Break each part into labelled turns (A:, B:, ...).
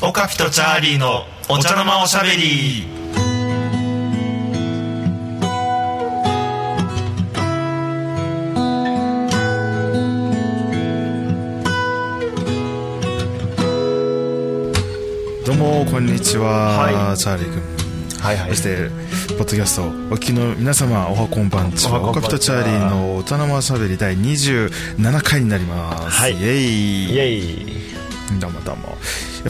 A: オカピとチャーリーのお茶の間おしゃべり
B: どうもこんにちは、
A: はい
B: チャーリー君、
A: はいは
B: そしてポッドキャストお聞きの皆様おはこんばんちは
A: おはこんばんちは
B: オカピとチャーリーのおたなましゃべり第27回になります、
A: はい
B: イエイ
A: イエイ
B: どうもどうもや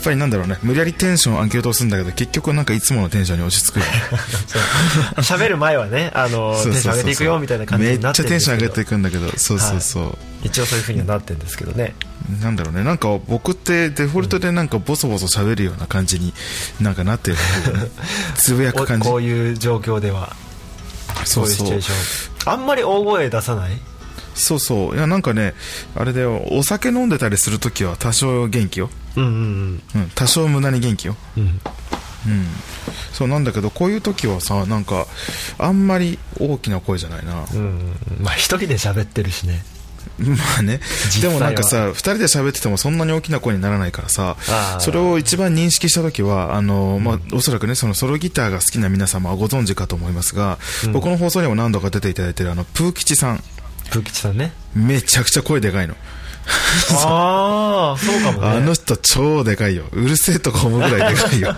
B: っぱりなんだろうね無理やりテンション上げようとするんだけど結局なんかいつものテンションに 落ち着くよね
A: 喋る前はねあの
B: そ
A: テ
B: う
A: ン
B: そ
A: ション
B: うそ
A: 上
B: う
A: げていくよみたいな感じになってるん
B: め
A: で
B: っちゃテンシ
A: す
B: ョン
A: け
B: 上
A: ど
B: げていくんだけどそうそうそう、
A: 一応そういうふうにはなってるんですけどね
B: なんだろうねなんか僕ってデフォルトでなんかボソボソ喋るような感じになんかなってる、 つぶや
A: お
B: く感じ
A: こういう状況ではこ
B: そ
A: い
B: う
A: ううシチュ
B: そ
A: エ
B: う
A: ーションあんまり大声出さない
B: そうそういやなんかねあれだよお酒飲んでたりするときは多少元気よ、
A: うんうん
B: うん、多少無駄に元気よ
A: うんうん
B: うんそうなんだけどこういう時はさなんかあんまり大きな声じゃない な
A: うんうんまあ一人で喋ってるしね
B: まあねで
A: 実際は
B: もなんかさ2人で喋っててもそんなに大きな声にならないからさ
A: あー
B: それを一番認識した時はあの、まあ、おそらくねそのソロギターが好きな皆様はご存知かと思いますが、
A: うん
B: 僕の放送にも何度か出ていただいてるあのプー吉さん
A: プーキチさんね
B: めちゃくちゃ声でかいの
A: ああそうかもね
B: あの人超でかいようるせえとか思うぐらいでかい よ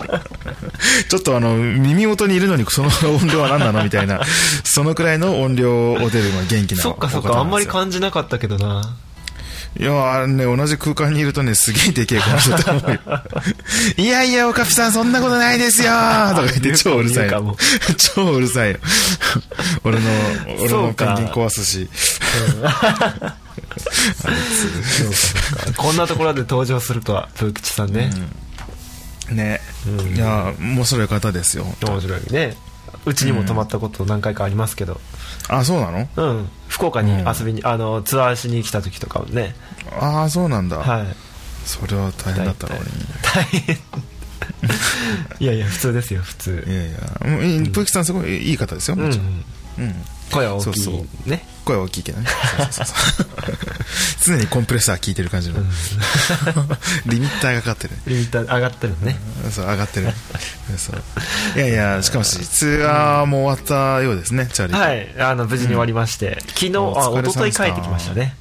B: ちょっとあの耳元にいるのにその音量は何なのみたいなそのくらいの音量を出るの元気な
A: そっかそっかあんまり
B: か
A: 感じなかったけどない
B: やあれね同じ空間にいるとねすげえでけ え顔してた思うよいやいやおかぴさんそんなことないですよーとか言って超うるさ
A: 言
B: い
A: うか
B: の
A: も
B: 超うるさいの俺の俺
A: そ
B: の
A: うか
B: ペンギン壊すし
A: そうかそうかこんなところで登場するとはプーキチさんね、
B: ね、
A: うん
B: いや面白い方ですよ
A: 面白いねうちにも泊まったこと何回かありますけど
B: あそうなの
A: うん、福岡に遊びに、あのツアーしに来た時とかもね
B: ああそうなんだ、
A: はい
B: それは大変だったろうに
A: 大変いやいや普通ですよ普通
B: いやいや、もういいプーキさんすごいいい方ですよ、
A: うん
B: も
A: う
B: ちろん。
A: ん
B: うん。
A: 声は大きい
B: そうそう
A: ね
B: 声は大きいけどね。そうそうそう そう常にコンプレッサー効いてる感じ の。リミッターがかかってる。
A: リミッター上がってるのね
B: そう、上がってる。そう。いやいや、しかもし、ツアーも終わったようですね、チャーリー。。
A: はいいあの無事に終わりまして、昨日あ
B: お疲れ様で
A: 一
B: し
A: 昨
B: た
A: 日帰ってきましたね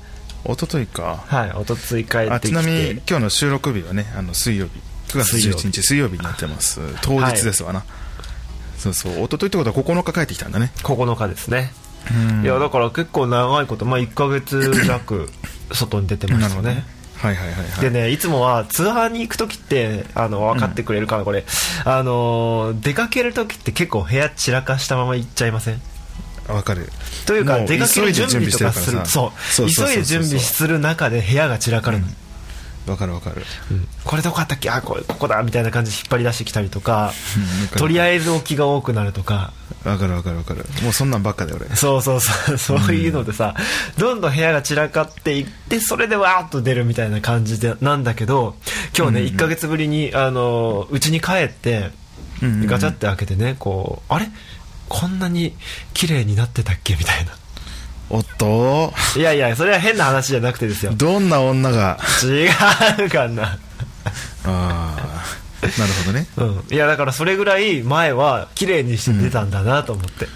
B: 一昨日か。
A: はい一昨日帰っ
B: あ
A: てきて
B: ちなみに、今日の収録日はね、あの、水曜日。9月11日水曜日になってます。当日ですわな。そうそう。一昨日ってことは9日帰ってきたんだね。
A: 9日ですね
B: うん
A: いやだから結構長いこと、まあ、1ヶ月 弱外に出てま
B: な
A: し
B: る
A: た
B: ほど
A: ね
B: ね。はいはいはいはい。
A: でねいつもはツアーに行く時ってあの分かってくれるかな、これあのー出かける時って結構部屋散らかしたまま行っちゃいません
B: わかる
A: というか出かける準備とかす
B: も
A: る
B: う
A: そう急いで準備する中で部屋が散らかるの、
B: わかるわかる
A: うんこれどこあったっけあこれここだみたいな感じで引っ張り出してきたりとか
B: うんわかる
A: とりあえず置きが多くなるとか
B: わかるわかるわかるもうそんなんばっかで俺
A: そうそうそうそういうのでさ、どんどん部屋が散らかっていってそれでわーっと出るみたいな感じでなんだけど今日ね、
B: うんうん
A: 1ヶ月ぶりにあの家に帰って、
B: うんうんうん
A: ガチャって開けてねこうあれこんなに綺麗になってたっけみたいな
B: おっと
A: いやいやそれは変な話じゃなくてですよ
B: どんな女が
A: 違うかな
B: ああなる ほどね
A: うんいやだからそれぐらい前は綺麗にして出たんだなと思って、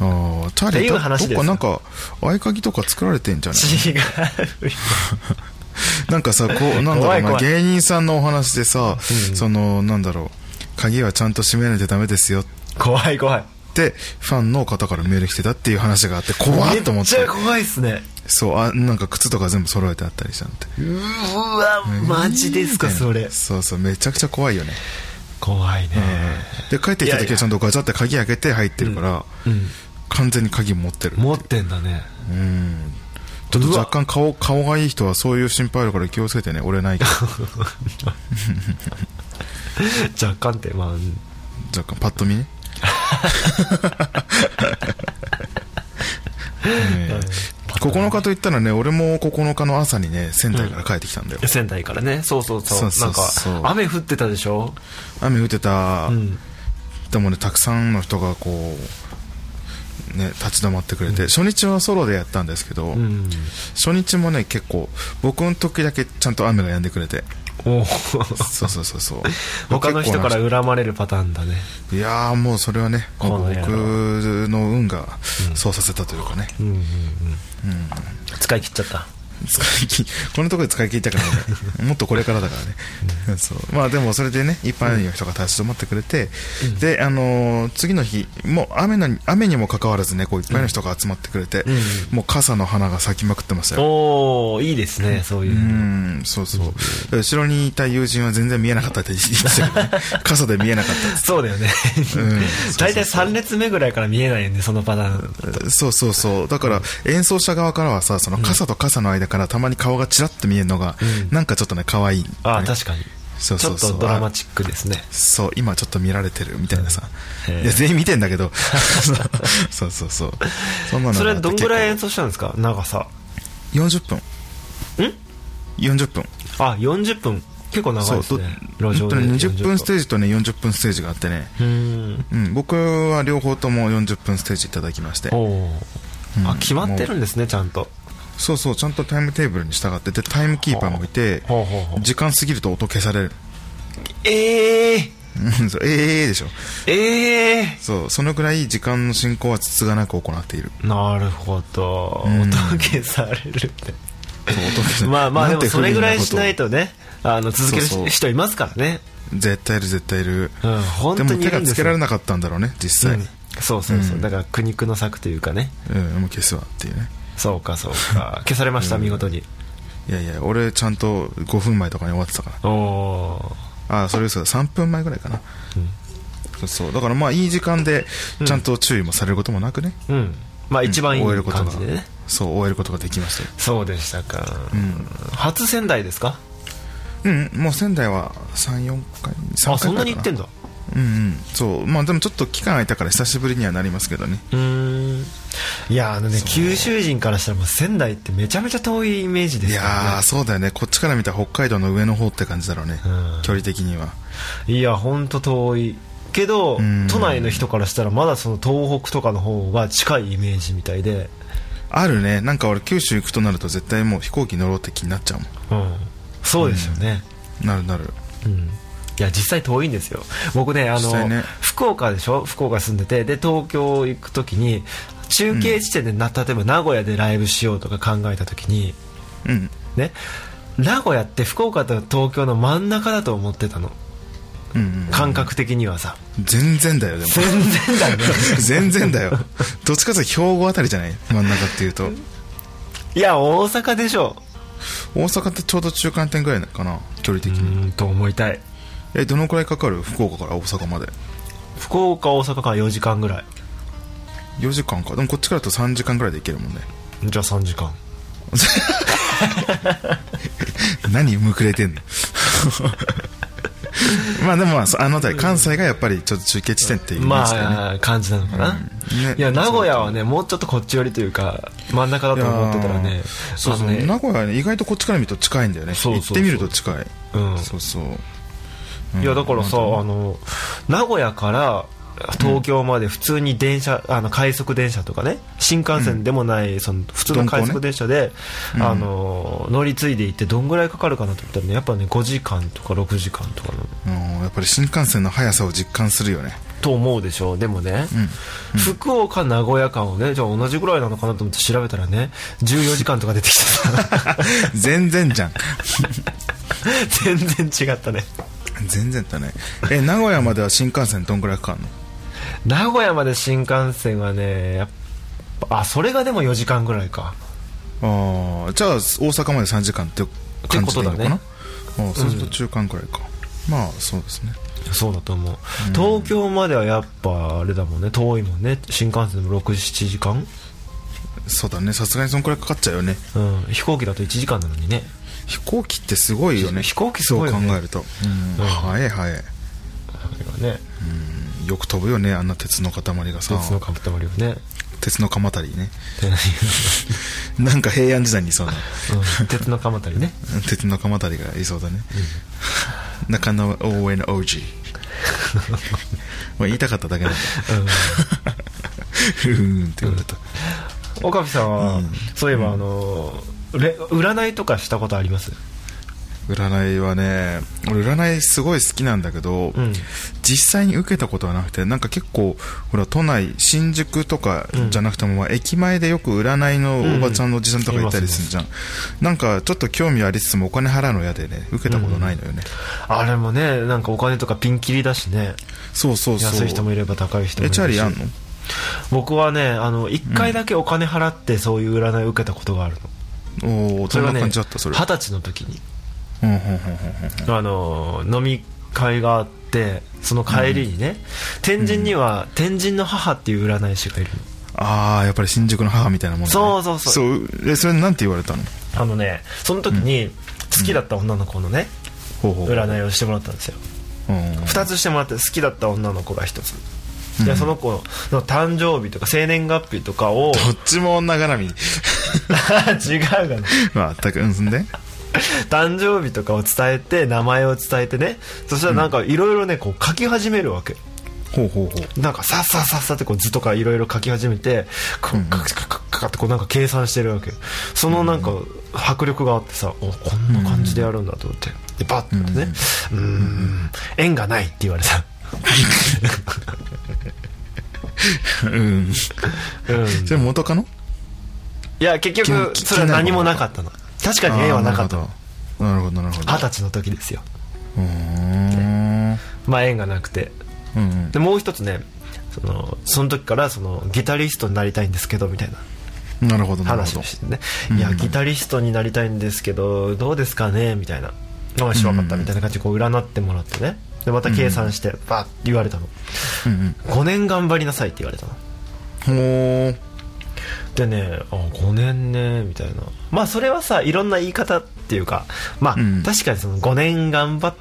B: ああチャーリー
A: っていう話です
B: どっかなんか合鍵とか作られてんじ ゃない
A: 違 う
B: なんかさこうなんだろ
A: 怖
B: う
A: い
B: な
A: 怖い
B: 芸人さんのお話でさ
A: うん
B: そのなんだろう鍵はちゃんと閉めないとダメですよっ
A: 怖い怖い
B: てファンの方からメール来てたっていう話があって怖っと思
A: め
B: っ
A: ってちゃ怖いっすね
B: そうあなんか靴とか全部揃えてあったりしたんて
A: うーわマジですかそれ
B: そうそうめちゃくちゃ怖いよね
A: 怖いね
B: で帰ってきた
A: いやい
B: 時
A: や
B: はちゃんとガチャって鍵開けて入ってるから、
A: うん
B: 完全に鍵持ってる
A: 持ってんだね
B: うんちょっと若干顔顔がいい人はそういう心配あるから気をつけてね 俺ないけど
A: 若干ってまあ
B: 若干パッと見 ねねえ9日といったらね俺も9日の朝にね仙台から帰ってきたんだよ、
A: 仙台からねそうそうそう
B: そうそうそう
A: なんか雨降ってたでしょ
B: 雨降ってた、
A: うん
B: でもねたくさんの人がこうね立ち止まってくれて、初日はソロでやったんですけど、
A: うん
B: 初日もね結構僕の時だけちゃんと雨が止んでくれて
A: おお
B: そうそうそうそう。
A: 他の人から
B: 結構
A: 恨まれるパターンだね
B: な。いやーもうそれはね、
A: この
B: 僕
A: 野郎
B: の運がそうさせたというかね。
A: うんうんうん使い切っちゃった
B: 使い切このところで使い切ったから ねもっとこれからだからねそうまあでもそれでね一般の人が立ち止まってくれて、であのー次の日もう雨の雨にもかかわらずねこういっぱいの人が集まってくれて、
A: んうん
B: もう傘の花が咲きまくってましたよ
A: おおいいですねそういうう、
B: んそうそう後ろにいた友人は全然見えなかったって言ってたけど、 ね、傘で見えなかったっつっ
A: そうだよね、
B: てうん
A: 大体3列目ぐらいから見えないよねそのパターン
B: そうそうそうだから演奏者側からはさその傘と傘の間からたまに顔がちらっと見えるのが、なんかちょっとね可愛い、ね、
A: ああ、確かに
B: そうそうそう
A: ちょっとドラマチックですね
B: そう、今ちょっと見られてるみたいなさ。
A: へえ
B: いや、全員見てんだけど。 そうそうそう。そんなのがあって
A: それはどんぐらい演
B: 結
A: 奏したんですか長さ
B: 構 ?40 分。
A: ん
B: ?40 分。
A: あ40分結構長いです
B: そう、
A: ね
B: ど
A: 路上
B: 本
A: で
B: 当に20分ステ
A: ージ
B: ージとね、40分ステージがあってね。
A: うん
B: うん、僕は両方とも40分ステージいただきまして
A: お。お、
B: うん
A: あ決まってるんですねちゃんと
B: そうそう、ちゃんとタイムテーブルに従ってて、タイムキーパーもいて
A: ほうほうほう、
B: 時間過ぎると音消される。
A: ええ
B: うんそうええええでしょ。
A: ええ
B: そう、そのくらい時間の進行はつつがなく行っている。
A: なるほど
B: うん
A: 音消される って
B: そう音消 される
A: まあまあで
B: なん
A: も
B: て
A: それぐらいしない
B: 不利なこと
A: ねあの続ける
B: そうそう
A: 人いますからね
B: を絶対いる絶対いる、
A: うん本当にいるんですよ
B: でも手がつけられなかったんだろうね実際、
A: うんそうそうそう、だから苦肉の策というかね
B: うんもう消すわっていうね
A: そうかそうか消されました、見事に
B: いやいや俺ちゃんと5分前とかに終わってたか
A: おお
B: らああそれ嘘だ3分前ぐらいかな、そうそうだからまあいい時間でちゃんと注意もされることもなくね、
A: ーうんまあ一番い
B: 終える
A: い
B: こと
A: 感
B: が
A: じでね、
B: そう終えることができましたよ
A: そうでしたか、
B: ん
A: 初仙台ですか
B: うんもう仙台は34回3回
A: あそんなに
B: 行
A: 行ってん
B: だ
A: だ
B: うんうんそうまあでもちょっと期間空いたから久しぶりにはなりますけどね
A: うーんいやあのね九州人からしたらもう仙台ってめちゃめちゃ遠いイメージで
B: い
A: すから
B: やーそうだよねこっちから見たら北海道の上の方って感じだろうね、
A: うん
B: 距離的には
A: ねいやほんと遠いけど
B: ん
A: 都内の人からしたらまだその東北とかの方が近いイメージみたいで
B: あるねなんか俺九州行くとなると絶対もう飛行機乗ろうって気になっちゃうも
A: うんそうですよね、
B: んなるなる
A: うんいや実際遠いんですよ僕ねあ
B: 実
A: の
B: 際ね
A: 福岡でしょ福岡住んでてで東京行く時に中継地点でな、例えば名古屋でライブしようとか考えた時に
B: うん
A: ね名古屋って福岡と東京の真ん中だと思ってたの
B: うんうん
A: 感覚的にはさ、
B: 全然だよでも
A: 全然だね
B: 全然だよどっちかというと兵庫あたりじゃない真ん中っていうと
A: いや大阪でしょ
B: 大阪ってちょうど中間点ぐらいなのかな距離的
A: う
B: に
A: ーんと思いたい
B: えどのくらいかかる福岡から大阪まで
A: 福岡大阪から4時間ぐらい
B: 4時間かでもこっちからだと3時間ぐらいで行けるもんね
A: じゃあ3時間
B: 何むくれてんの まあでもまあそあの辺り関西がやっぱりちょっと中継地点っていうイメージだよね、
A: まあ感じなのかな、
B: うんね
A: いや名古屋はねもうちょっとこっち寄りというか真ん中だと思ってたら
B: いや
A: ね
B: ーそうそう、
A: あのね
B: 名古屋ね意外とこっちから見ると近いんだよね
A: そうそうそう
B: 行ってみると近い、
A: うん
B: そうそう、
A: いやだからさ、
B: うん
A: あの名古屋から東京まで普通に電車、あの快速電車とかね新幹線でもない、その普通の快速電車で、あの乗り継いで行ってどんぐらいかかるかなと思ったらねやっぱね5時間とか6時間とかの
B: うんやっぱり新幹線の速さを実感するよね
A: と思うでしょうでもね、
B: うん
A: 福岡名古屋間をねじゃあ同じぐらいなのかなと思って調べたらね14時間とか出てきてさ
B: 全然じゃん
A: 全然違ったね
B: 全然だねえ名古屋までは新幹線どんぐらいかかるの
A: 名古屋まで新幹線はねやっぱあそれがでも4時間ぐらいか
B: ああじゃあ大阪まで3時間って感じでいいのかな
A: って
B: あーそうすると中間くらいか、まあそうですね
A: そうだと思う、東京まではやっぱあれだもんね遠いもんね新幹線でも67時間、
B: そうだねさすがにそんくらいかかっちゃうよね
A: うん、飛行機だと1時間なのにね
B: 飛行機ってすごいよね
A: 飛行機すごいよね
B: そう考えると、うん
A: うん
B: 早い早
A: あ
B: い
A: れはね
B: よく飛ぶよねあんな鉄の塊がさ
A: 鉄のかぶったまりをね
B: 鉄の鎌足りね
A: っていう
B: なんか平安時代に いそうな
A: うん鉄の鎌足りね
B: 鉄の鎌足りがいそうだね、中野大江の OG まあ言いたかっただけなんだうーんって言われた
A: 岡部さんは、そういえば、あのれ占いとかしたことあります
B: 占いはね俺占いすごい好きなんだけど、
A: うん
B: 実際に受けたことはなくてなんか結構ほら都内新宿とかじゃなくても、まあ駅前でよく占いのおばちゃんのおじさんとかいたりするじゃん、なんかちょっと興味ありつつもお金払うの嫌でね受けたことないのよね、
A: あれもねなんかお金とかピンキリだしね
B: そうそうそう
A: 安い人もいれば高い人もい
B: え
A: るし
B: チャーリーやんの
A: 僕はねあの1回だけお金払ってそういう占いを受けたことがあるの、
B: おおどんな
A: ね
B: 感じだったそれ
A: 二十歳の時に
B: うんうんうんうんうん
A: あの飲み会があってその帰りにね、天神には、天神の母っていう占い師がいる
B: ああやっぱり新宿の母みたいなもんだ、ね、
A: そうそうそう
B: そうえそれなんて言われたの
A: のあのねその時に好きだった女の子のね、
B: ほうほう
A: 占いをしてもらったんですよ
B: うん
A: 2つしてもらって好きだった女の子が1つ
B: うん
A: でその子の誕生日とか生年月日とかを
B: どっちも女絡み
A: 違うがな
B: まあたくうんそんで
A: 誕生日とかを伝えて名前を伝えてねそしたらなんかいろいろねこう書き始めるわけ
B: ほうほうほう
A: なんかさっさっさっさってこう図とかいろいろ書き始めてカッカッカッカッカッってこうなんか計算してるわけそのなんか迫力があってさおこんな感じでやるんだと思ってでバッてねうーん縁がないって言われ た
B: うん
A: うん
B: それ元カノ
A: いや結局
B: きき
A: それは何もなかったの確かに縁はなかったの
B: あーなるほどなるほど
A: 二
B: なる
A: 十歳の時ですよ
B: ほどうーん
A: まあ縁がなくて
B: うんうん
A: でもう一つねそのその時からそのギタリストになりたいんですけどみたいな
B: なるほどなる
A: 話
B: ほ
A: を
B: ど
A: してね「
B: うん
A: いやギタリストになりたいんですけどどうですかね?」みたいな「よし分かった」
B: うん
A: みたいな感じでこう占ってもらってねでまた計算してバッて言われたの
B: うんうん
A: 5年頑張りなさいって言われたの
B: ほー
A: でねあ5年ねみたいなまあそれはさいろんな言い方っていうかまあ、
B: うん
A: 確かにその5年頑張っ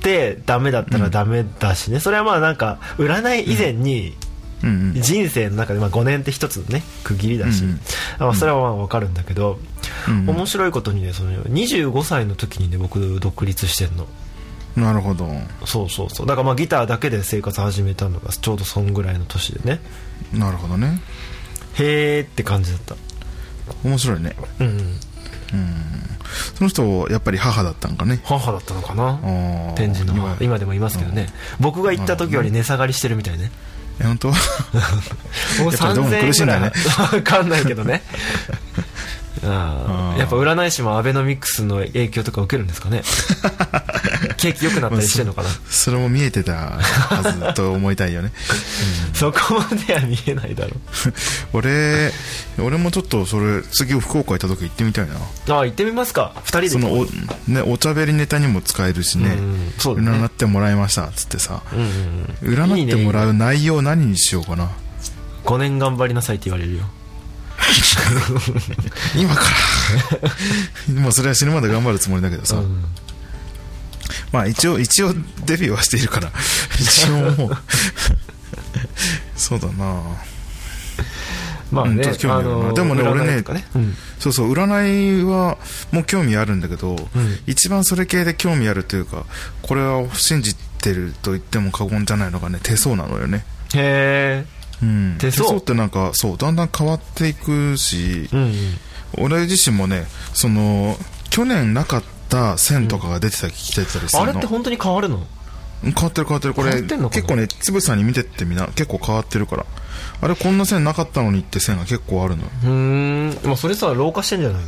A: てダメだったらダメだしね、それはまあなんか占い以前に、
B: うんうん
A: 人生の中で、まあ、5年って一つのね区切りだし、
B: うんうん
A: あそれはまあ分かるんだけど、
B: うん
A: 面白いことにねその25歳の時にね僕独立してんの
B: なるほど
A: そうそうそうだからまあギターだけで生活始めたのがちょうどそんぐらいの年でね
B: なるほどね
A: へーって感じだった
B: 面白いね
A: うんうん
B: その人やっぱり母だったんかね
A: 母だったのかな
B: あー
A: 天神の
B: 今
A: 母今でもいますけどね僕が行った時より値下がりしてるみたいね
B: え本当
A: 僕
B: やっぱりどうも
A: 3000円
B: 苦しい
A: ぐ
B: ん
A: ら
B: だ
A: い
B: ね
A: 分かんないけど ねあ
B: あ
A: ー
B: ー
A: やっぱ占い師もアベノミクスの影響とか受けるんですか ね景気良くなったりしてるのかな
B: それも見えてたはずと思いたいよね
A: そこまでは見えないだろ
B: 俺俺もちょっとそれ次福岡行った時行ってみたいな
A: うああ行ってみますか二人で
B: そのお,、ね、お茶べりネタにも使えるしね
A: うんそうだね
B: 占ってもらいましたっつってさ
A: うんうんうん
B: 占ってもらう内容何にしようかな
A: 5年頑張りなさいって言われるよ
B: 今から もうそれは死ぬまで頑張るつもりだけどさ、
A: うん
B: まあ一応一応デビューはしているから一応 もうそうだな
A: まあ
B: うん
A: ね
B: ちょっと興味あるな
A: の
B: でもね俺ね
A: 占いとかうん
B: そうそう占いはもう興味あるんだけど、一番それ系で興味あるというかこれは信じてると言っても過言じゃないのがね手相なのよね、
A: へ
B: うん、
A: 手相
B: ってなんかそうだんだん変わっていくし
A: えうんうん
B: 俺自身もねその去年なかった線とかが出てたり来てたりする
A: あ
B: の、
A: れって本当に変わるの
B: 変わってる変わってるこれ
A: 変わってんのかな
B: 結構ねつぶさに見てってみな結構変わってるからあれこんな線なかったのにって線が結構あるのよ
A: うーんまあそれさ老化してんじゃないの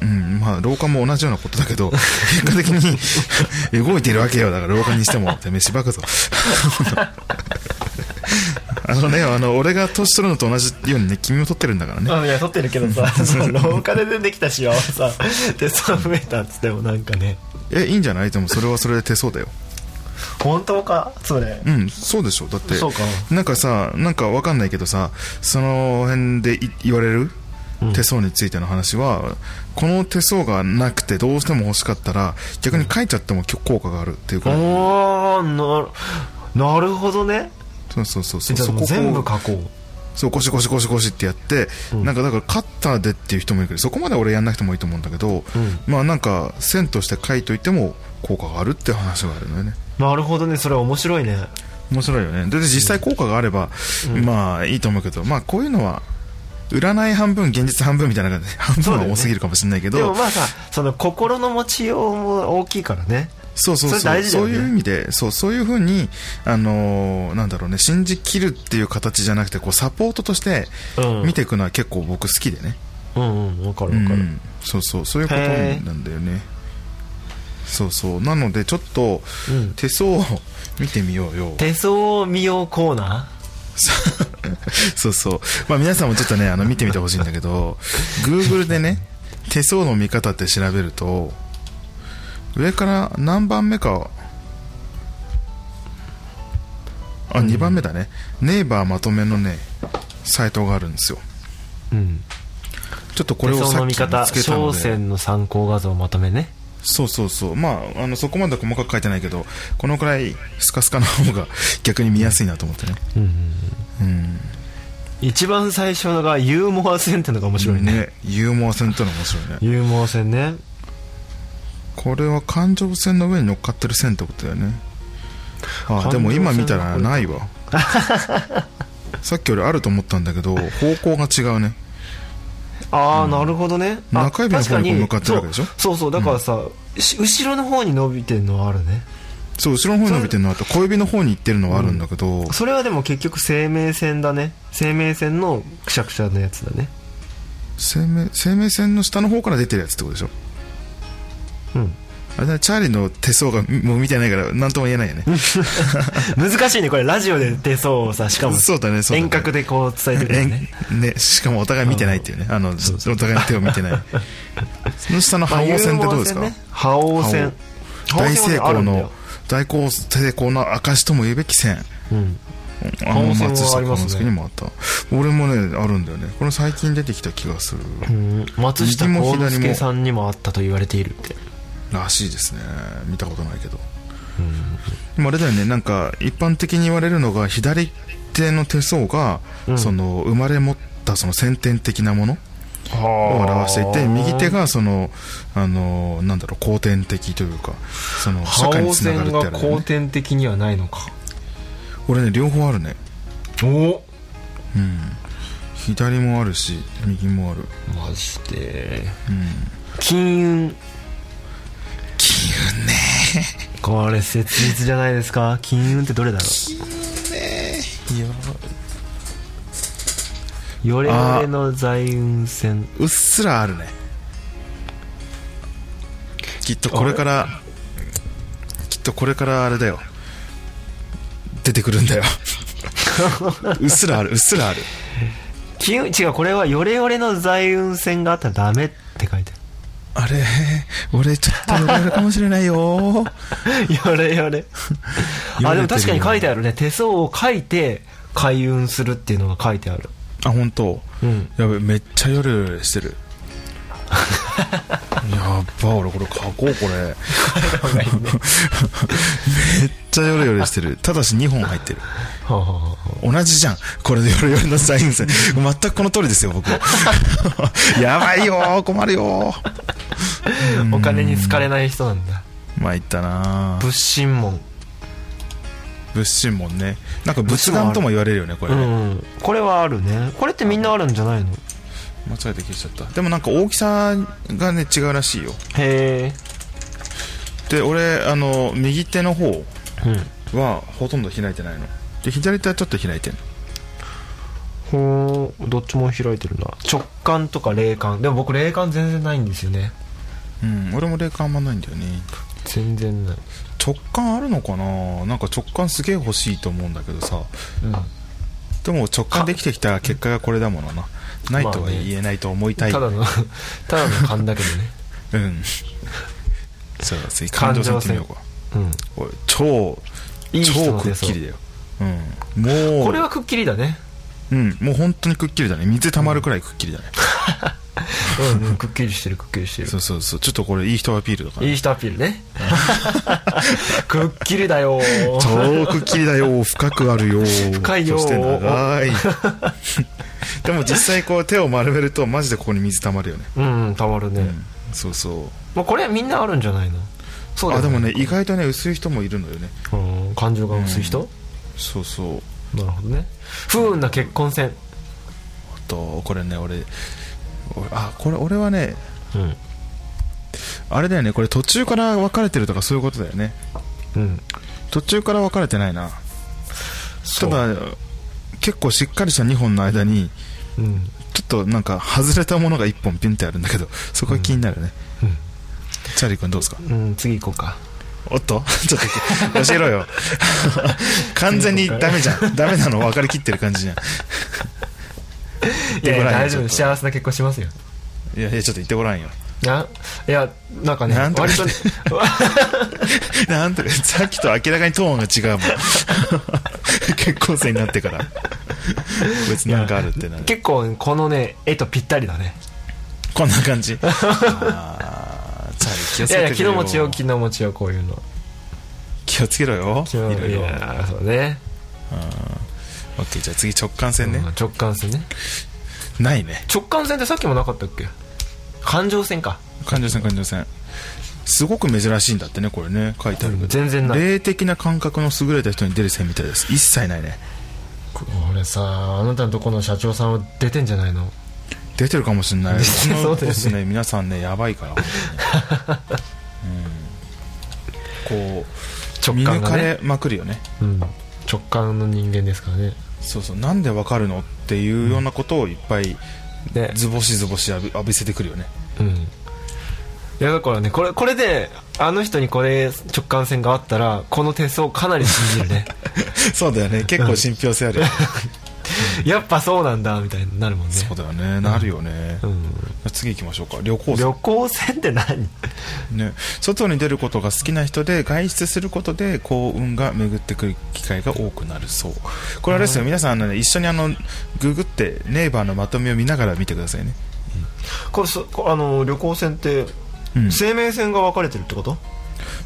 B: うん、まあ、廊下も同じようなことだけど、 結果的に 動いているわけよ。だから廊下にしても、てめえしばくぞ。 あのね、あの、俺が年取るのと同じようにね、君も取ってるんだからね。
A: あいや撮ってるけど さその 廊下で出てきたシワはさ手相増えたっつってもなんかね
B: え、いいんじゃないでもそれはそれで手相だよ。
A: 本当かそれ
B: うん、そうでしょ。だって、
A: そうか
B: なんかさ、なんかわかんないけどさ、その辺でい言われる手相についての話は、この手相がなくてどうしても欲しかったら、逆に書いちゃっても効果があるっていうからい、
A: おーななるほどね
B: そうそうそうそう。
A: じゃあ
B: そこ
A: も
B: を
A: う全部書こう
B: そう、ゴシゴシゴシゴシってやって、なんかだからカッターでっていう人もいるけど、そこまで俺やんなくてもいいと思うんだけど、まあなんか線として書いといても効果があるっていう話があるのよね。
A: なるほどねそれ面白いね
B: 面白いよね。で、で実際効果があれば、まあいいと思うけど、まあこういうのは、占い半分現実半分みたいな感じ で半分は多すぎるかもしれないけど
A: でもまあさその心の持ちようも大きいからね
B: そうそうそう
A: それ大事だよね
B: そういう意味でそうそういうふうに、あのーなんだろうね信じきるっていう形じゃなくてこうサポートとして
A: うん
B: 見ていくのは結構僕好きでね、
A: うんうんわかる
B: う
A: わかる、
B: ん、そうそうそういうこと
A: へー
B: なんだよねそうそうなのでちょっと
A: うん
B: 手相を見てみようよ
A: 手相見ようコーナ
B: そうそう。まあ皆さんもちょっとね、あの見てみてほしいんだけど、Google でね、手相の見方って調べると、上から何番目か、あ、2番目だね。ネイバーまとめのね、サイトがあるんですよ。
A: ー、うん、
B: ちょっとこ
A: 手
B: れを
A: 相
B: さ
A: の
B: っ
A: 見
B: き見
A: 方
B: つけた
A: 商
B: ので。
A: 船の参考画像まとめね
B: そうそうそう。まあ、あの、そこまで細かく書いてないけど、このくらいスカスカの方が 逆に見やすいなと思ってね。
A: うんうん
B: うん。
A: 一番最初のがユーモア線ってのが面白いね
B: ユーモア線ってのは面白いね。
A: ユーモア線ね
B: これは環状線の上に乗っかってる線ってことだよねあ
A: 環状線
B: でも今見たらな いわさっきよりあると思ったんだけど方向が違うね
A: ああ、なるほどねあ
B: 中指の方にこう向かってるわけでしょ
A: 確かにそうそうそうだからさ、し後ろの方に伸びてるのはあるね
B: そう後ろの方に伸びてるのはあと小指の方に行ってるのはあるんだけど、
A: それはでも結局生命線だね生命線のくしゃくしゃのやつだね
B: 生命生命線の下の方から出てるやつってことでしょ
A: うん
B: あれだねチャーリーの手相がもう見てないから何とも言えないよね
A: 難しいねこれラジオで手相をさしかも
B: そうだねそうだね
A: 遠隔でこう伝えてくれるね
B: えんねしかもお互い見てないっていうねあのお互いの手を見 てないその下の
A: まあ
B: 覇王線ってどうですか、
A: 有毛線ね覇王線
B: 大成
A: 覇王線はねある
B: 功
A: んだ
B: の
A: よ
B: 大功成功の証とも言うべき線
A: うん可
B: あ
A: 能
B: の
A: 性も
B: 松下
A: ありますね
B: 幸之助にもあった俺もねあるんだよねこれ最近出てきた気がする
A: うん松下
B: 右も
A: 幸之
B: 左も
A: 助さんにもあったと言われているって
B: らしいですね見たことないけどでもあれだよねなんか一般的に言われるのが左手の手相が、
A: うん
B: その生まれ持ったその先天的なものを表していて右手がそのあのなんだろう後天的というかその社
A: 覇
B: 会
A: 王
B: につなが
A: 線
B: るってあ
A: が
B: るよね
A: 後天的にはないのか
B: 俺ね両方あるね
A: おお
B: うん左もあるし右もある
A: マジで
B: うん
A: 金運金運ねこれ切実じゃないですか金運ってどれだろうよれよれの財運線
B: うっすらあるねきっとこれからきっとこれからあれだよ出てくる んだようっすらあるうっすらある
A: 金運違うこれはよれよれの財運線があったらダメって書いて
B: あれ俺ちょっとやられるかもしれないよ
A: ある よれよれあでも確かに書いてあるね手相を書いて開運するっていうのが書いてある
B: あ本当。
A: うん
B: やべめっちゃヨレヨレしてる やっば俺これ書こうこれめっちゃヨレヨレしてるただし2本入ってる
A: はあはあはあ
B: 同じじゃんこれでヨレヨレのサイン線全くこの通りですよ 僕やばいよー困るよー
A: お金に好かれない人なんだ
B: まいったなー
A: 物心門
B: 仏心門ねなんか仏壇とも言われるよねこれ
A: う
B: ね、
A: んこれはあるねこれってみんなあるんじゃないの
B: 間違えて消しちゃったでもなんか大きさがね違うらしいよ
A: へえ
B: で俺あの右手の方
A: うん
B: はほとんど開いてないので左手はちょっと開いてんの
A: ほーどっちも開いてるな直感とか霊感でも僕霊感全然ないんですよね
B: うん俺も霊感あんまないんだよね
A: 全然ない
B: 直感あるのかななんか直感すげえ欲しいと思うんだけどさ
A: うん
B: でも直感できてきた結果がこれだものなないとは言えないと思いたい、
A: ただの ただの勘だけどね
B: うん そうだ次感情線いってみようか
A: う
B: おい超
A: んいい人
B: 超
A: の
B: く
A: 手
B: っきり
A: 相
B: だようんもう
A: これはくっきりだね
B: うんもう本当にくっきりだね水たまるくらいくっきりだね、
A: うんうんくっきりしてるくっきりしてる
B: そうそうそうちょっとこれいい人アピールだから、
A: いい人アピールね くっきりだよー
B: 超くっきりだよ深くあるよ
A: 深いよ
B: そして 長いでも実際こう手を丸めるとマジでここに水たまるよね、
A: うんたまるね、
B: うんそうそう
A: まあ、これみんなあるんじゃないのそうだ
B: あ
A: よ
B: でもね意外とね薄い人もいるのよね
A: うん感情が薄い人、
B: そうそう
A: なるほどね不運な結婚戦
B: とこれね俺俺あこれ俺はね
A: うん
B: あれだよねこれ途中から別れてるとかそういうことだよね
A: うん
B: 途中から別れてないな
A: そ
B: た
A: う
B: だ結構しっかりした2本の間に
A: うん
B: ちょっとなんか外れたものが1本ピンってあるんだけどそこが気になるね、
A: うん
B: チャーリー君どうですか
A: うん、次行こうか。
B: おっとちょっと教えろよ 完全にダメじゃんダメなの分かりきってる感じじゃん
A: いやい
B: ご
A: や
B: らんよ
A: 大丈
B: ちょ
A: 夫
B: っと
A: 幸せな結婚しますよ。
B: いやいやちょっと言ってごらんよ
A: ないや、なんかね、
B: なんとか
A: 割とね、
B: なんとかさっきと明らかにトーンが違うもん 結婚生になってから別になんかあるってなる
A: 結構このね、絵とぴったりだね。
B: こんな感 じあーチャーリー気をつ
A: いや
B: け
A: い
B: て
A: や、
B: く
A: 気
B: れ
A: の
B: よ
A: 持ちよ、気の持ちよ、こういうの。
B: 気をつけろよい
A: 気
B: ろ
A: の
B: いろ
A: いや、そうね。
B: オッケーじゃあ次直感戦ね、
A: うん直感線ね。
B: ないね
A: 直感線ってさっきもなかったっけ感情線か。
B: 感情線感情線すごく珍しいんだってねこれね書いてあるけど
A: 全然ない
B: 霊的な感覚の優れた人に出る線みたいです一切ないね
A: これさ、あなたのとこの社長さんは出てんじゃないの
B: 出てるかもしれな い
A: そうだよね
B: このボスね皆さんねやばいから本 当にうんこう
A: 直
B: 見
A: 感
B: 抜
A: が
B: か
A: ね。
B: れまくるよね
A: うん。直感の人間ですからね。
B: そうそうなんでわかるのっていうようなことをいっぱい
A: で、
B: ズボシズボシ浴び浴びせてくるよね
A: うん。いや、だからね、これ、これで、あの人にこれ、直感線があったら、この手相かなり信じるね。
B: そうだよね結構信憑性 あるよね
A: やっぱそうなんだ、みたいになるもんね。
B: そうだよねなるよね、
A: うん。
B: 次行きましょうか旅行
A: 旅行船って何
B: ね、外に出ることが好きな人で外出することで幸運が巡ってくる機会が多くなるそうこれあれですよ皆さんあの、ね、一緒にあのググってネイバーのまとめを見ながら見てくださいね、
A: これそこあの旅行船って、
B: うん、
A: 生命線が分かれてるってこと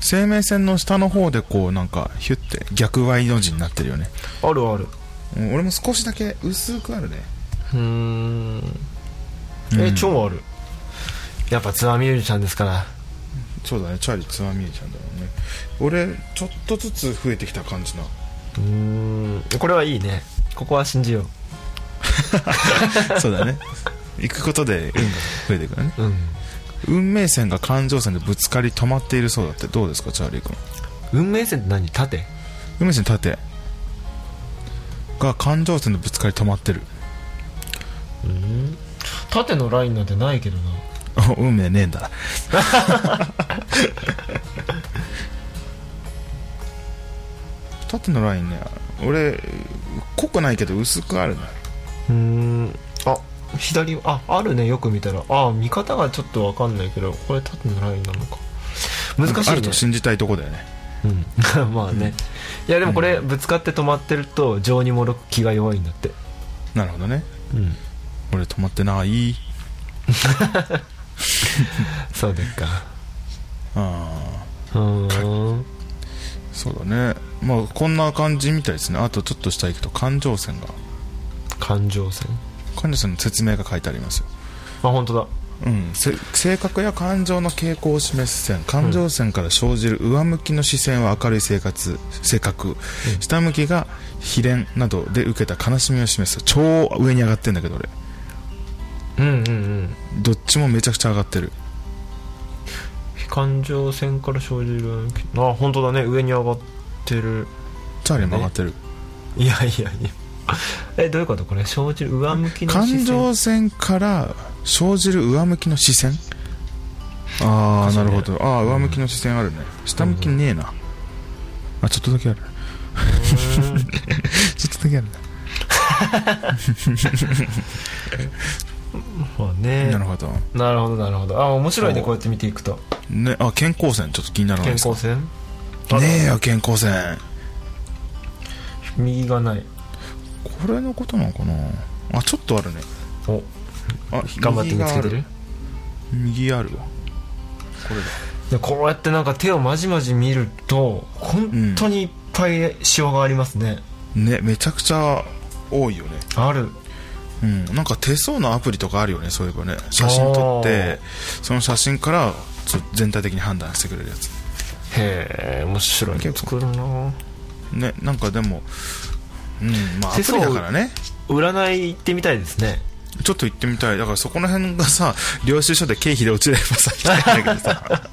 B: 生命線の下の方でこうなんかヒュッて逆 Y の字になってるよね、
A: あるある
B: うん、俺も少しだけ薄くあるね
A: うーん
B: う
A: え
B: ん
A: 超ある、やっぱツアーミュージシャンですから
B: そうだねチャーリーつまみえちゃんだもんね俺ちょっとずつ増えてきた感じ な
A: うーんこれはいいねここは信じよ
B: そうだね行くことで運が増えていくからね
A: ううん
B: 運命線が感情線でぶつかり止まっているそうだってどうですかチャーリー君
A: 運命線って何縦
B: 運命線縦が感情線でぶつかり止まってる
A: うん縦のラインなんてないけどな
B: 運命ねえんだ縦のラインね俺濃くないけど薄くあるね
A: うーんあ左ああるねよく見たらあ見方がちょっと分かんないけどこれ縦のラインなのか難し
B: あ
A: い
B: る
A: ね
B: と信じたいとこだよね
A: うん まあね、いやでもこれぶつかって止まってると情にもろく気が弱いんだって
B: なるほどね
A: うん
B: 俺止まってない
A: そうですか
B: あ
A: う
B: あ
A: ーん
B: そうだねまあこんな感じみたいですねあとちょっと下行くと感情線が
A: 感情線
B: 感情線の説明が書いてありますよ
A: あ本当だ
B: うん、せ性格や感情の傾向を示す線感情線から生じる上向きの視線は明るい生活性格、下向きが非恋などで受けた悲しみを示す超上に上がってんだけど俺
A: うんうんうん
B: どっちもめちゃくちゃ上がってる
A: 感情線から生じるあ本当だね上に上がってる
B: チャーリーも上がってる、
A: いやいやいやえどういうことこれ生じる上向きの視
B: 感
A: 線
B: 情線から生じる上向きの視線ああなるほどああ上向きの視線あるね下向きねえなあちょっとだけあるちょっとだけあるね
A: まあね
B: なるほど
A: なるほどなるほどあ面白いね
B: そう
A: こうやって見ていくと
B: ねあ健康線ちょっと気になる
A: 健康線
B: ねえよ健康線
A: 右がない
B: これのことなのかなあちょっとあるね
A: お
B: あ
A: 頑張って見つけてる
B: 右ある右あるわこれだ
A: でこうやってなんか手をまじまじ見ると本当にいっぱいシワがありますね、
B: ねめちゃくちゃ多いよね
A: ある
B: うんなんか手相のアプリとかあるよねそういえばね写真撮ってその写真からちょ全体的に判断してくれるやつ
A: へえ面白いの
B: 結
A: 作るな
B: ねなんかでもうんまあア
A: 手
B: プ
A: 相
B: リだからね
A: 占い行ってみたいですね
B: ちょっと行ってみたいだからそこら辺がさ領収書で経費で落ちればさ行きたいんだけどさ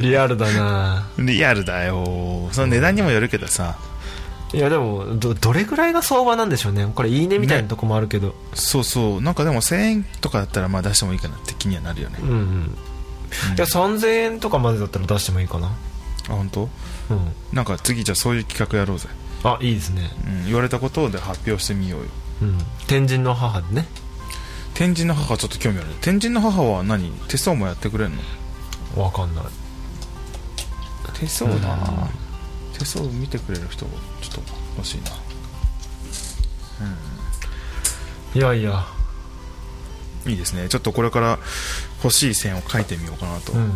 A: リアルだな
B: リアルだよその値段にもよるけどさ、
A: いやでもどどれぐらいが相場なんでしょうねこれいいねみたいなとこもあるけど、
B: そうそうなんかでも1000円とかだったらまあ出してもいいかなって気にはなるよね、
A: うんうんいや3000円とかまでだったら出してもいいかな
B: あ本当
A: うん
B: なんか次じゃあそういう企画やろうぜ、
A: あいいですね
B: うん、言われたことをで発表してみようよ
A: うん天神の母でね
B: 天神の母ちょっと興味ある天神の母は何手相もやってくれるの
A: わかんない
B: 手相だな手相見てくれる人ちょっと欲しいない
A: やいや
B: いいですねちょっとこれから欲しい線を書いてみようかなと
A: うん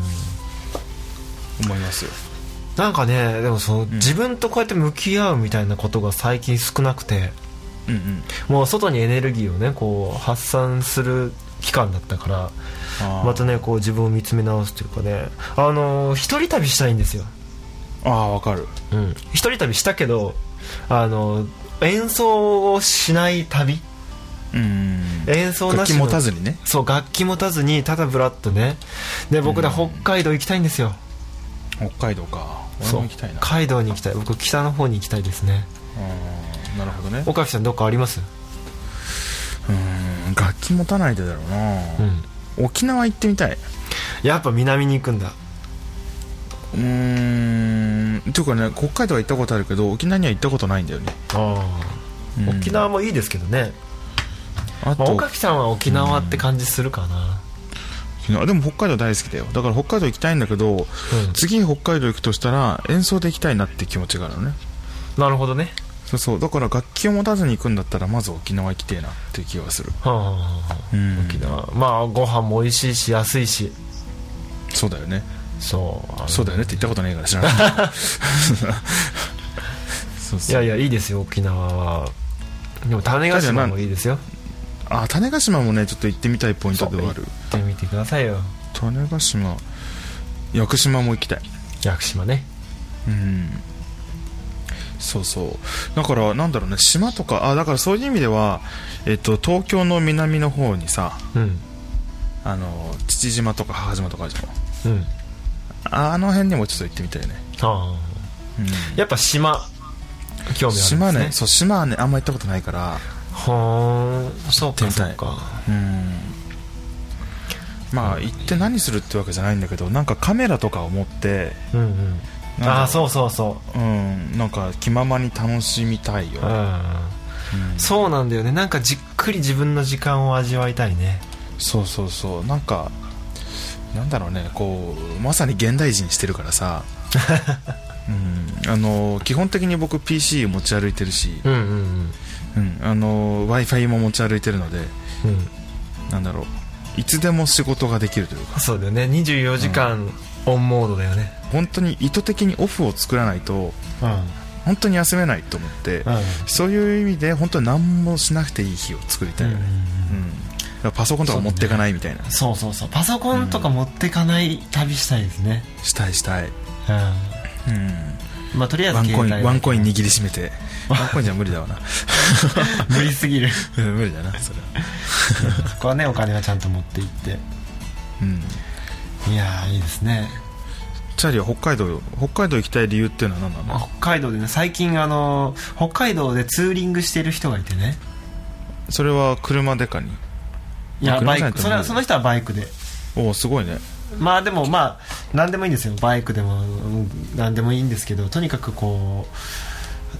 B: 思いますよ、
A: なんかねでもその、自分とこうやって向き合うみたいなことが最近少なくて
B: うん、うんうん
A: もう外にエネルギーをねこう発散する期間だったから
B: あー
A: またねこう自分を見つめ直すというかねあのー一人旅したいんですよ
B: ああわかる
A: うん一人旅したけどあの演奏をしない旅
B: うん
A: 演奏な
B: 楽
A: し
B: 器
A: の
B: 持たずにね
A: そう楽器持たずにただブラッとねで僕ら北海道行きたいんですよ、
B: 北海道か俺
A: そ
B: も
A: う
B: 行きたいな
A: 北海道に行きたい僕北の方に行きたいですね
B: うんなるほどね
A: 岡部さんどっかあります
B: うん楽器持たないでだろうな、
A: うん
B: 沖縄行ってみたい
A: やっぱ南に行くんだ
B: うーんていうかね北海道は行ったことあるけど沖縄には行ったことないんだよね、うん
A: 沖縄もいいですけどね、
B: あ
A: まあ、
B: と
A: 岡部さんは沖縄って感じするかな、
B: 沖縄でも北海道大好きだよだから北海道行きたいんだけど、次北海道行くとしたら演奏で行きたいなって気持ちがあるのね
A: なるほどね、
B: そうそうだから楽器を持たずに行くんだったらまず沖縄行きてえなっていう気がする
A: はあはあはあ
B: うん
A: 沖縄まあご飯も美味しいし安いし
B: そうだよね
A: そうあの
B: そうだよねって言ったことないから知らない そう
A: い
B: そう
A: やいやいいですよ沖縄はでも種子島もいいですよ
B: あ種子島もねちょっと行ってみたいポイントではある
A: 行ってみてくださいよ
B: 種子島屋久島も行きたい
A: 屋久島ね
B: うんそうそうだからなんだろうね島とかあだからそういう意味では、えっと、東京の南の方にさ
A: うん
B: あの父島とか母島とかあるじゃん
A: うん
B: あの辺にもちょっと行ってみたいね、
A: あ
B: うん
A: あやっぱ島興味あるんですね
B: 島ねそう島はねあんま行ったことないから
A: はあそうか
B: 行ってみ
A: そ
B: たいう
A: か
B: うんまあ行って何するってわけじゃないんだけどなんかカメラとかを持って
A: うんうん
B: なん
A: あ
B: か、
A: あそうそうそう
B: ん、なんか気ままに楽しみたいよ
A: う、うん
B: うん
A: そうなんだよねなんかじっくり自分の時間を味わいたいね
B: そうそうそうなんかなんだろうねこうまさに現代人してるから さ、うん、あの基本的に僕 PC 持ち歩いてるし、
A: うんうん
B: うん、あの w i f i も持ち歩いてるので
A: うんうん
B: なんだろういつでも仕事ができるというか
A: そうだよね24時間オンモードだよね
B: 本当に意図的にオフを作らないと
A: うん
B: 本当に休めないと思って
A: うん
B: そういう意味で本当に何もしなくていい日を作りたいよね、うんだからパソコンとか持っていかないみたいな、
A: そうそうそうパソコンとか持ってかない旅したいですね
B: したいしたい、
A: うん
B: うん、
A: まあとりあえず
B: ワンコイ
A: 携
B: ン
A: 帯
B: ワンコイン握りしめて ワンコインじゃ無理だわな
A: 無理すぎる
B: うん無理だなそれは
A: そこはねお金はちゃんと持っていって
B: うん
A: いやーいいですね
B: チャーリーは北海道北海道行きたい理由っていうのは何な
A: 北
B: の
A: 海道でね最近あのー北海道でツーリングしてる人がいてね
B: それは車でかに
A: いや
B: 車
A: バ
B: じゃな
A: イ
B: い
A: ク
B: と思う
A: それはその人はバイクで
B: おおすごいね
A: まあでもまあ何でもいいんですよバイクでもうん何でもいいんですけどとにかくこ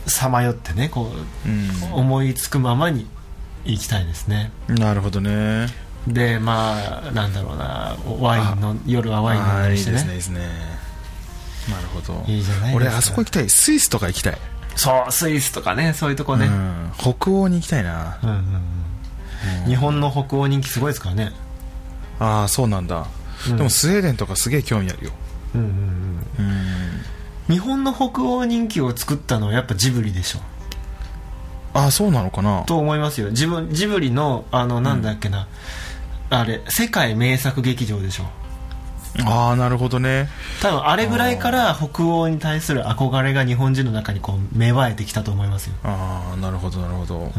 A: うさまよってねこう
B: う
A: 思いつくままに行きたいですね
B: んなるほどね
A: でまあなんだろうなワインの夜はワイン飲んだりして
B: あーいいですねいい
A: ね
B: ですねなるほど
A: いいじゃないですか
B: 俺あそこ行きたいスイスとか行きたい、
A: そうスイスとかねそういうとこね、
B: うん北欧に行きたいな、
A: うんうんうん、日本の北欧人気すごいですからね
B: ああそうなんだ、
A: うん
B: でもスウェーデンとかすげえ興味あるよ
A: うんうんうん
B: うん
A: 日本の北欧人気を作ったのはやっぱジブリでしょ
B: ああそうなのかな
A: と思いますよ自分ジブリのあのなんだっけな、あれ世界名作劇場でしょ
B: ああなるほどね
A: 多分あれぐらいから北欧に対する憧れが日本人の中にこう芽生えてきたと思いますよ、
B: ああなるほどなるほど、
A: うん、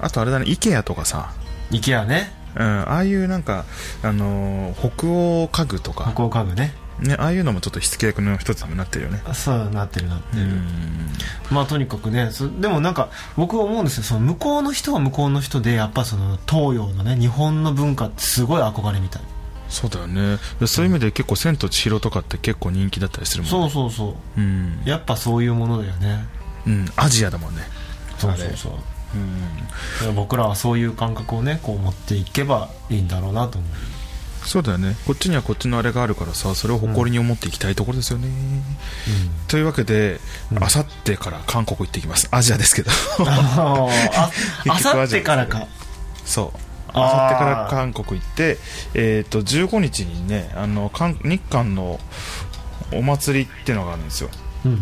B: あとあれだね IKEA とかさ、
A: IKEA ね
B: うん、ああいうなんか、あのー北欧家具とか、
A: 北欧家具ね
B: ね、ああいうのもちょっと火付け役の一つになってるよね
A: あそうなってるなって
B: う
A: る、
B: ん
A: まあとにかくねそでもなんか僕は思うんですよその向こうの人は向こうの人でやっぱその東洋のね日本の文化ってすごい憧れみたい、
B: そうだよねでそういう意味で結構「千と千尋」とかって結構人気だったりするもん
A: そ
B: ね、
A: うそうそう
B: ん
A: うやっぱそういうものだよね
B: うん、アジアだもんね
A: そうそうそう
B: うん
A: だから僕らはそういう感覚をねこう持っていけばいいんだろうなと思う
B: そうだよねこっちにはこっちのあれがあるからさそれを誇りに思っていきたいところですよね、というわけで
A: うん
B: あさってから韓国行ってきますアジアですけど
A: あ
B: 結
A: あ
B: 局
A: さ
B: ア
A: っ
B: ジア
A: てからか
B: そう
A: あー
B: あさってから韓国行って、えー、と15日にねあの韓日韓のお祭りってのがあるんですよ
A: うんうん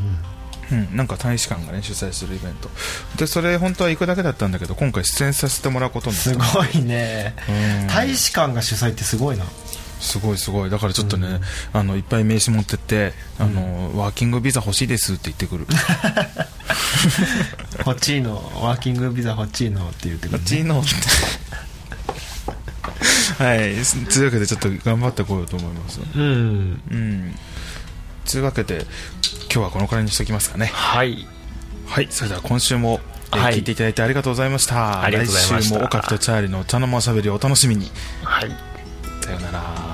B: うん、なんか大使館がね主催するイベントでそれ本当は行くだけだったんだけど今回出演させてもらうことになった
A: すごいね
B: うん
A: 大使館が主催ってすごいな
B: すごいすごいだからちょっとね、あのいっぱい名刺持ってってあの、ワーキングビザ欲しいですって言ってくる
A: ホッチーノワーキングビザホッチーノって言ってく
B: こ
A: る
B: っ ちのってはいというわけでちょっと頑張ってこようと思います
A: うん
B: うんというわけで今日はこのくらいにしておきますかね
A: はい
B: はいそれでは今週も、えー
A: はい
B: 聞いていただいてありがとうございました
A: ありがとうございました
B: 来週も岡木とチャーリーのお茶の間おしゃべりをお楽しみに
A: はい
B: さようなら